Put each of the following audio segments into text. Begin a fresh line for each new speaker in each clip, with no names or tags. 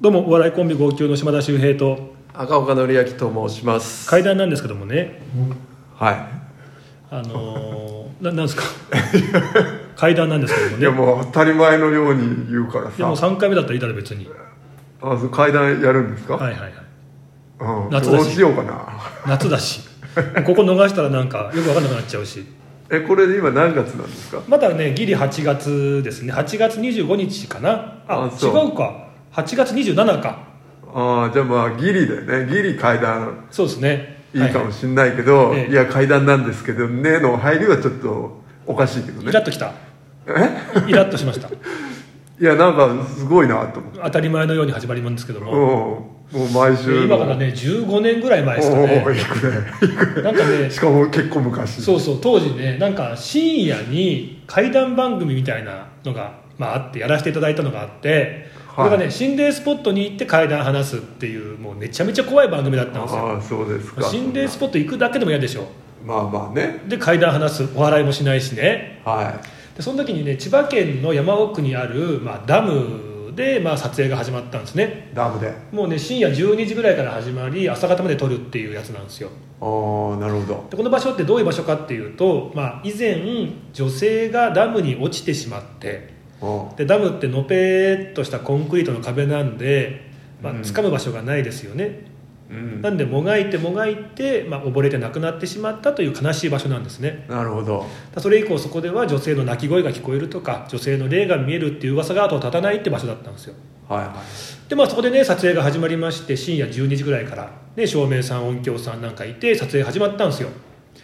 どうもお笑いコンビ号泣の島田秀平と
赤岡典明と申します
階段なんですけどもね
は
あの ー、ななんですか 階段なんですけども
いいや
ね
もう当たり前のように言うから
でも
さ
3回目だったらいいだろ別に
あそう階段やるんですか、
はいはいはい
うん、
夏だし
どうしようかな
夏だしここ逃したらなんかよく分かんなくなっちゃうし
えこれで今何月なんですか
まだねギリ8月ですね8月25日かなあ
あ
違
そう
うか8月27か
ああじゃあまあギリだよねギリ階段
そうですね
いいか
は
もしんないけど、
はい
い
ええ
や階段なんですけどねの入りはちょっとおかしいけど
イ
ね
ラッときた
え
イラッとしました
いやなんかすごいなと思って
当たり前のように始まりなんですけど
うん
も、
もう毎週
で
の
今からね15年ぐらい前
お
で
ー
すかね
おーいくねいく
なんかね
ねしかも結構昔
そうそう当時ねなんか深夜に怪談番組みたいなのが、まあ、あってやらせていただいたのがあって、
はい
これがね心霊スポットに行って怪談話すっていうもうめちゃめちゃ怖い番組だったんですよ
ああそうですか
心霊スポット行くだけでも嫌でしょ
まあまあね
で怪談話すお笑いもしないしね
は
でその時にね千葉県の山奥にある、まあ、ダムで、まあ、撮影が始まったんですね
いダムであ
もうね深夜12時ぐらいから始まり朝方まで撮るっていうやつなんですよ
あなるほど
でこの場所ってどういう場所かっていうと、まあ、以前女性がダムに落ちてしまって
あ
でダムってのぺーっとしたコンクリートの壁なんで、まあ、
うん
掴む場所がないですよね、
あうん
なんでもがいてもがいて、まあ、溺れて亡くなってしまったという悲しい場所なんですね
なるほど
だそれ以降そこでは女性の泣き声が聞こえるとか女性の霊が見えるっていう噂が後を絶たないって場所だったんですよ
はいは
でまあそこでね撮影が始まりまして深夜12時ぐらいから、ね、照明さん音響さんなんかいて撮影始まったんですよ
い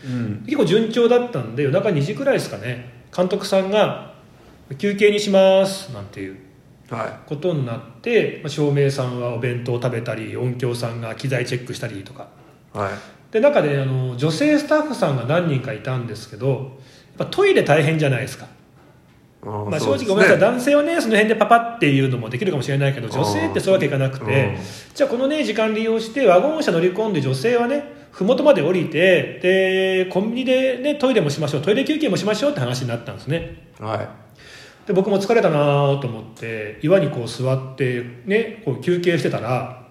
うん
結構順調だったんで夜中2時くらいですかね監督さんが「休憩にします」なんていう
は
ことになってまあ照明さんはお弁当を食べたり音響さんが機材チェックしたりとか
いはい
で中であの女性スタッフさんが何人かいたんですけどやっぱトイレ大変じゃないですか、
あー
まあ、
そ
正
う
直
ですね
ごめんなさい、男性はねその辺でパパっていうのもできるかもしれないけど女性ってそういうわけいかなく
うん
てじゃあこのね時間利用してワゴン車乗り込んで女性はね麓まで降りてでコンビニで、ね、トイレもしましょうトイレ休憩もしましょうって話になったんですね
はい
で僕も疲れたなと思って岩にこう座って、ね、こう休憩してたら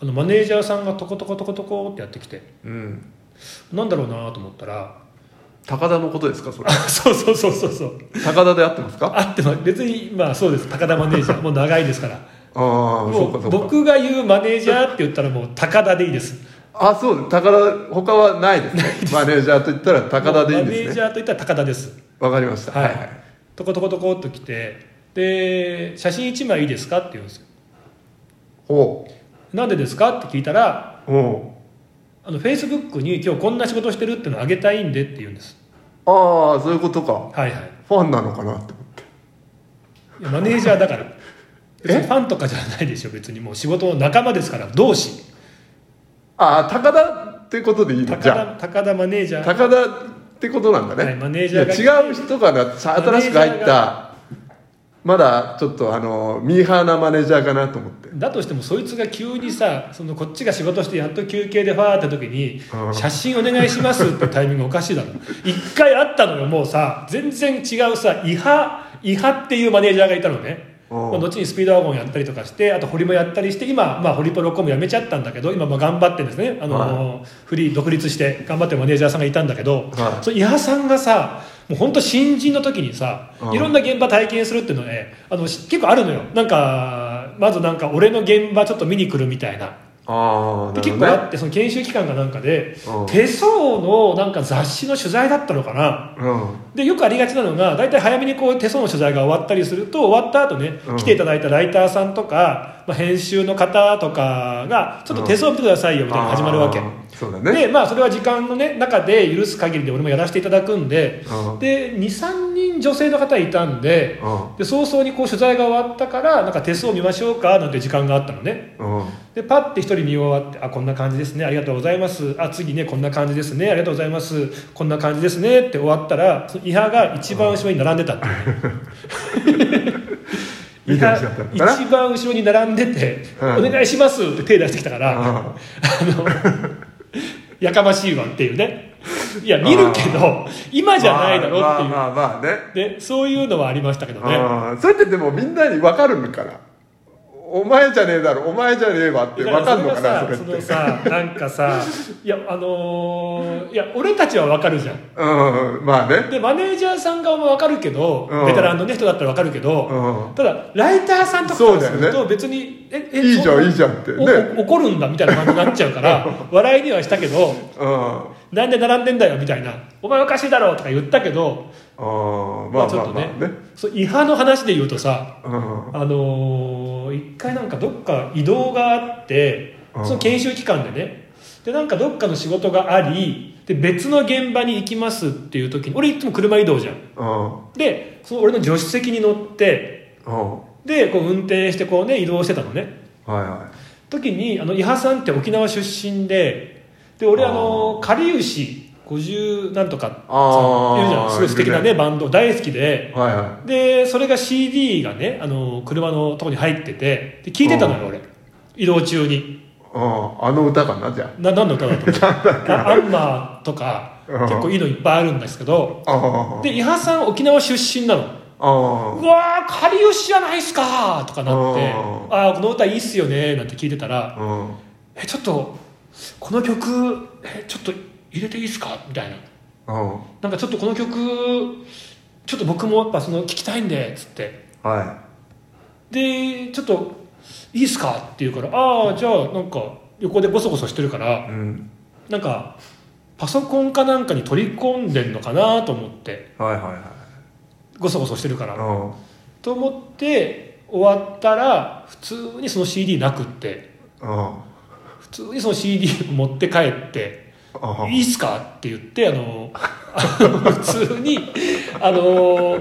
あのマネージャーさんがトコトコトコトコってやってきて
うん
なんだろうなと思ったら
高田のことですかそれ
あそうそうそうそうそう
高田で合ってますか
あっても別にまあそうです高田マネージャーもう長いですから
ああ
も
そうか
う
そうか
僕が言うマネージャーって言ったらもう高田でいいです
あそうです高田他はないですねマネージャーと言ったら高田でいいん
もうマネ
で
ー
す
ジ
ね
ャーといったら高田です
わかりました
は
はいいはい
トコトコトコっと来てで写真1枚いいですかって言うんですよ
おう
なんでですかって聞いたら
お
あのフェイスブックに今日こんな仕事してるってのをあげたいんでって言うんです
うああそういうことか
はいはい
ファンなのかなって
いやマネージャーだから別にファンとかじゃないでしょ別にもう仕事の仲間ですから同志
ああ高田ってことでいい
高
のじゃあ
田高田マネージャー
高田ってことなんだね、
はいマネージャーが
いや違う人かなさ新しく入
マネージャ
っ
ー
たまだちょっとあのミーハーなマネージャーかなと思って
だとしてもそいつが急にさそのこっちが仕事してやっと休憩でファーって時に
う
「
ん
写真お願いします」ってタイミングおかしいだろ一回あったのよもうさ全然違うさ伊波伊波っていうマネージャーがいたのね
うん
まあ後にスピードワゴンやったりとかしてあと堀もやったりして今、まあ、堀プロコムやめちゃったんだけど今まあ頑張ってんですねあの、フリー独立して頑張ってるマネージャーさんがいたんだけど、
はい
その伊波さんがさもう本当新人の時にさ
うん
いろんな現場体験するっていうのねあのし結構あるのよなんかまずなんか俺の現場ちょっと見に来るみたいな
あ
で
あなる
結
ほ
構
ど
あっ
ね
てその研修期間かなんかで
うん
手相のなんか雑誌の取材だったのかな
うん
でよくありがちなのが大体早めにこう手相の取材が終わったりすると終わった後ね、
うん
来ていただいたライターさんとか、まあ、編集の方とかがちょっと手相見てくださいよみたいなのが始まるわけ、
あーそうだね
でまあそれは時間の、ね、中で許す限りで俺もやらせていただくんで、
うん
で23人女性の方いたんで,、
うん
で早々にこう取材が終わったからなんか手相見ましょうかなんて時間があったのね
うん
でパッて一人見終わって「あこんな感じですねありがとうございますあ次ねこんな感じですねありがとうございますこんな感じですね」って終わったらそのイハが一番後ろに並んでたっていうね
見てほしかったの
イ
かな
ハ一番後ろに並んでて「
うん
お願いします」って手出してきたから、
あ
あのやかましいわっていうねいや見るけど今じゃないだろ
ま
って
あ
いう、
まあまあまあね
でそういうのはありましたけどね
あーそれってでもみんなに分かるからお前じゃねえだろお前じゃねえわって
だら
分かんのかなそ
それ
れ
がさその
って
さなんかさいやあのーいや俺たちは分かるじゃん
うんまあね
でマネージャーさん側も分かるけど、
うん
ベテランの、ね、人だったら分かるけど、
うん
ただライターさんとか
そう
か
だ
ら
よ
す
ね
ると別に、ええ
いいじゃ
そ
んいいじゃんって
お
ね
お怒るんだみたいな感じになっちゃうから 笑いにはしたけど
うんあ
なんで並んでんだよみたいなお前おかしいだろとか言ったけど、
ーまあ
ちょ
ま
っ
あ
と
まあ
ね,、
ね
そう違反の話で言うとさ
うん
あのー一回なんかどっか移動があって
うん
その研修期間でねでなんかどっかの仕事がありで別の現場に行きますっていう時に俺いつも車移動じゃん
うん
でその俺の助手席に乗って
うん
でこう運転してこうね移動してたのね
はいは
時にあの伊波さんって沖縄出身でで俺
あー
あの狩牛50なんとか
あ
さ
ー
いるじゃんすごい素敵ないね
る
バンド大好きで
いはいは
でそれが CD がねあの車のとこに入っててで聞いてたのよ俺移動中に
いうんあの歌かなじゃ
な何の歌だと思うあアンマーとか
うん
結構いいのいっぱいあるんですけど
ああ
で伊波さん沖縄出身なの
あ
うわー、かりゆしじゃないっすかーとかなって、
う
ああ、この歌いいっすよねーなんて聞いてたら、
あうん
え、ちょっと、この曲、え、ちょっと入れていいっすかみたいな。
うん
なんかちょっとこの曲、ちょっと僕もやっぱその聞きたいんで、つって。
は
で、ちょっと、いいっすかって言うから、ああ、じゃあなんか横でゴソゴソしてるから
い、うん
なんか、パソコンかなんかに取り込んでんのかなと思って、
はいはいはい
ゴソゴソしてるから。
うん
と思って終わったら普通にその CD なくって
うん
普通にその CD を持って帰って「いいっすか?」って言ってあの あの普通に「あの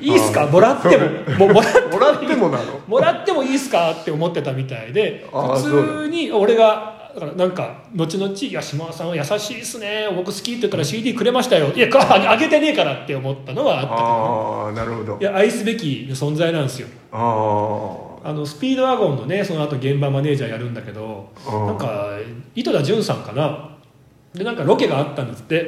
いいっすかもらってもももら
もらってもなの
もらってもいいっすか?」って思ってたみたいで
あー
普通に俺がだからなんか後々「いや島田さんは優しいっすね僕好き」って言ったら CD くれましたよ「いやああげてねえから」って思ったのはあったけど
ああなるほど
いや愛すべき存在なんですよ
あ
あのスピードワゴンのねその後現場マネージャーやるんだけど
うん
なんか井戸田潤さんかなでなんかロケがあったんですって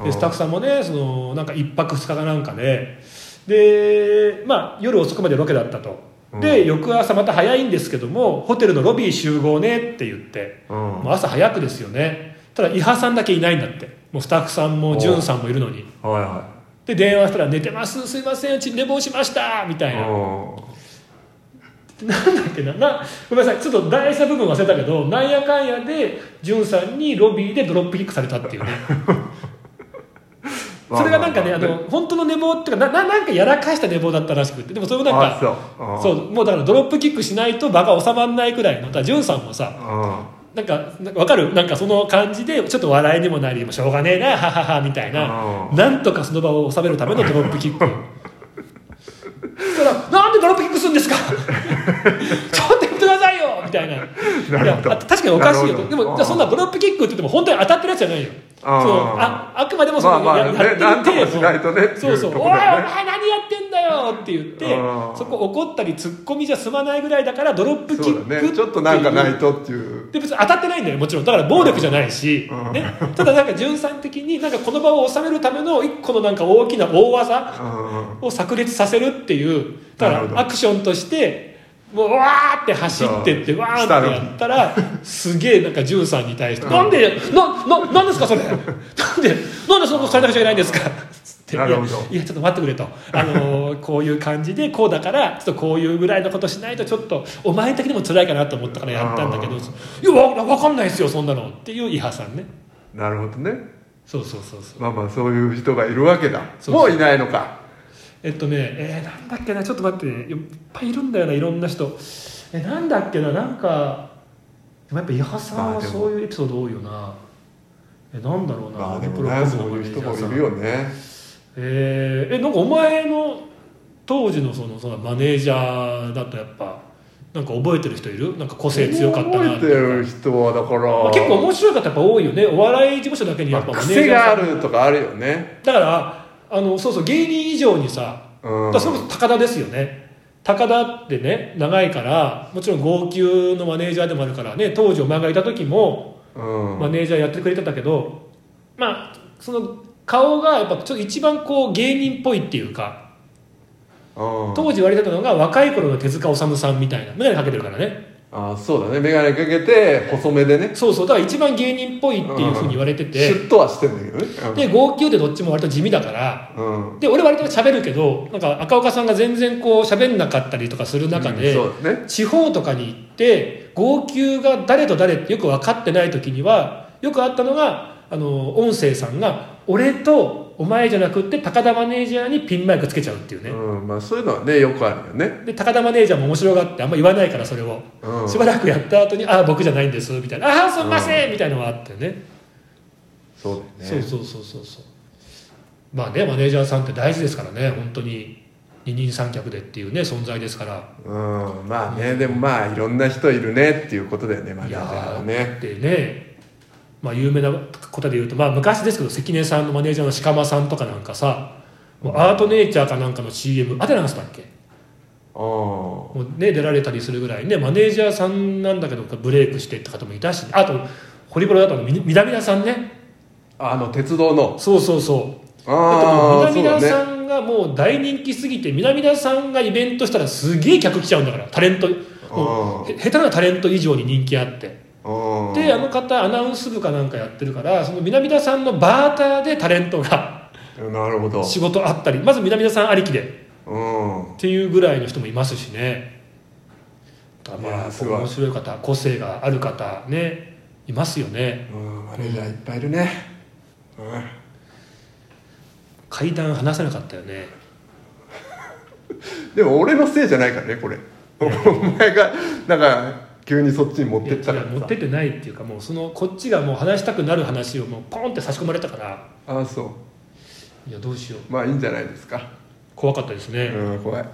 う
で
ん
スタッフさんもねそのなんか1泊2日かなんかでで、まあ、夜遅くまでロケだったとで翌朝また早いんですけどもホテルのロビー集合ねって言って
あうん
もう朝早くですよねただ伊波さんだけいないんだってもうスタッフさんも潤さんもいるのに
はいは
で電話したら「寝てますすいませんうち寝坊しました」みた
い
いな
う
なんだっけななごめんなさいちょっと大事な部分忘れたけどなんやかんやでじゅんさんにロビーでドロップキックされたって いうね
ん
それがなんかねあ
まあまあ
の本当の寝坊っていうかなななんかやらかした寝坊だったらしくてでもそれもなん
あ
か
そう
そう
う
もうだからドロップキックしないと場が収まらないくらいのだからじゅんさんもさ
う
なんかなんかわかるなんかその感じでちょっと笑いにもなりもうしょうがねえなはははみたいな
うん
なんとかその場を収めるためのドロップキックそしたら「なんでドロップキックするん ですか! 」「ちょっとやってくださいよ!」みたいない
なるほど
やあ確かにおかしい
なる
よ
ほど
で
う
も
ん
じゃあそんなドロップキックって言っても本当に当たってるやつじゃないよそう
あー
ああくまでもその
まあまあ
や
ね
やって
なんと
る
かしないとねっていう
そうそう「
と
おいお
ころ
前
だよね
何やってんだよ!」って言って
うん
そこ怒ったりツッコミじゃ済まないぐらいだからドロップ
ん
キッ
そう
ク
だねちょっとなんかないとっていう
で別に当たってないんだよもちろんだから暴力じゃないし、
うん
ね、ただなんか純さん的になんかこの場を収めるための一個のなんか大きな大技
うん
を炸裂させるっていうだか
なるほ
ら
ど
アクションとしてもうわーって走ってって
そう
わーってやったらすげえなんか純さんに対して「
うん
なんでなななんですかそれなんでなんでそんなことされたくちゃいけないんですか?」つっていや
なるほど
いやちょっと待ってくれと、あのーこういう感じでこうだからちょっとこういうぐらいのことしないとちょっとお前的にも辛いかなと思ったからやったんだけど「
あ
いやわわかんないですよそんなの」っていう伊波さんね
なるほどね
そうそうそうそう
まあまあそういう人がいるわけだ
そう
もういないのか
えっとねえーなんだっけなちょっと待ってねいっぱいいるんだよないろんな人えなんだっけななんかでもやっぱ伊波さん
あ
は
ーでも
そういうエピソード多いよなえなんだろうな
まあでも
プロポー
ね
ズ
そ
の
ういう人
マネージャーさん
もいるよね
えーえなんかお前の当時のそのそのマネージャーだとやっぱなんか覚えてる人いるなんか個性強かったな
覚えてる人はだから
まあ結構面白い方やっぱ多いよねお笑い事務所だけにやっぱ
まあ
マネージャー
癖が
さ
あ
ん
るとかあるよね
だからあのそうそう芸人以上にさ
うん
だからそれこそ高田ですよね高田ってね長いからもちろん号泣のマネージャーでもあるからね当時お前がいた時も
うん
マネージャーやってくれてたけど、まあその顔がやっぱちょっと一番こう芸人っぽいっていうか
あ
当時言われてたのが若い頃の手塚治虫さんみたいな眼鏡かけてるからね
あそうだね眼鏡かけて細めでね
そうそうだから一番芸人っぽいっていうふうに言われて
シュ
て
ッとはしてんだけどね
で号泣ってどっちも割と地味だから
うん、うん
で俺割と喋るけどなんか赤岡さんが全然こう喋んなかったりとかする中で、
うんそうだね
地方とかに行って号泣が誰と誰ってよく分かってない時にはよくあったのがあの音声さんが「俺とお前じゃなくって高田マネージャーにピンマイクつけちゃう」っていうね、
うんまあ、そういうのはねよくあるよね
で高田マネージャーも面白がってあんま言わないからそれを、
うん
しばらくやった後に「ああ僕じゃないんです」みたいな「ああすんません」みたいなのがあってね
そうだよ
そう
ね
そうそうそうそうまあねマネージャーさんって大事ですからね本当に二人三脚でっていうね存在ですから
うんまあねでもまあいろんな人いるねっていうことだよねマ
い
ネージ
や
ャーは
ー
ね
でねまあ有名なことで言うとまあ昔ですけど関根さんのマネージャーの鹿間さんとかなんかさもうアートネイチャーかなんかの CM アデランスだっけ
ああ
もうね出られたりするぐらいねマネージャーさんなんだけどブレイクしてって方もいたしあとホリプロだったのみみなみなさんね
あの鉄道の
そうそうそう
あ
だ
あ
って
そう
もう南
だ
田
ね
さんがもう大人気すぎて南田さんがイベントしたらすげえ客来ちゃうんだからタレントもうへ下手なタレント以上に人気あって
うん
であの方アナウンス部かなんかやってるからその南田さんのバーターでタレントが
なるほど
仕事あったりまず南田さんありきでっ
うん
ていうぐらいの人もいますしねだから
い
ま
や
あ
すごい
面白い方個性がある方ねいますよね
うんマネージャーいっぱいいるねうん
階段話せなかったよね
でも俺のせいじゃないからねこれお前がなんか急にそっちに持っ
い
て
や
っ
違
たから
う持ってってないっていうかもうそのこっちがもう話したくなる話をもうポンって差し込まれたから
ああそう
いやどうしよう
まあいいんじゃないですか
怖かったですね、
うん怖い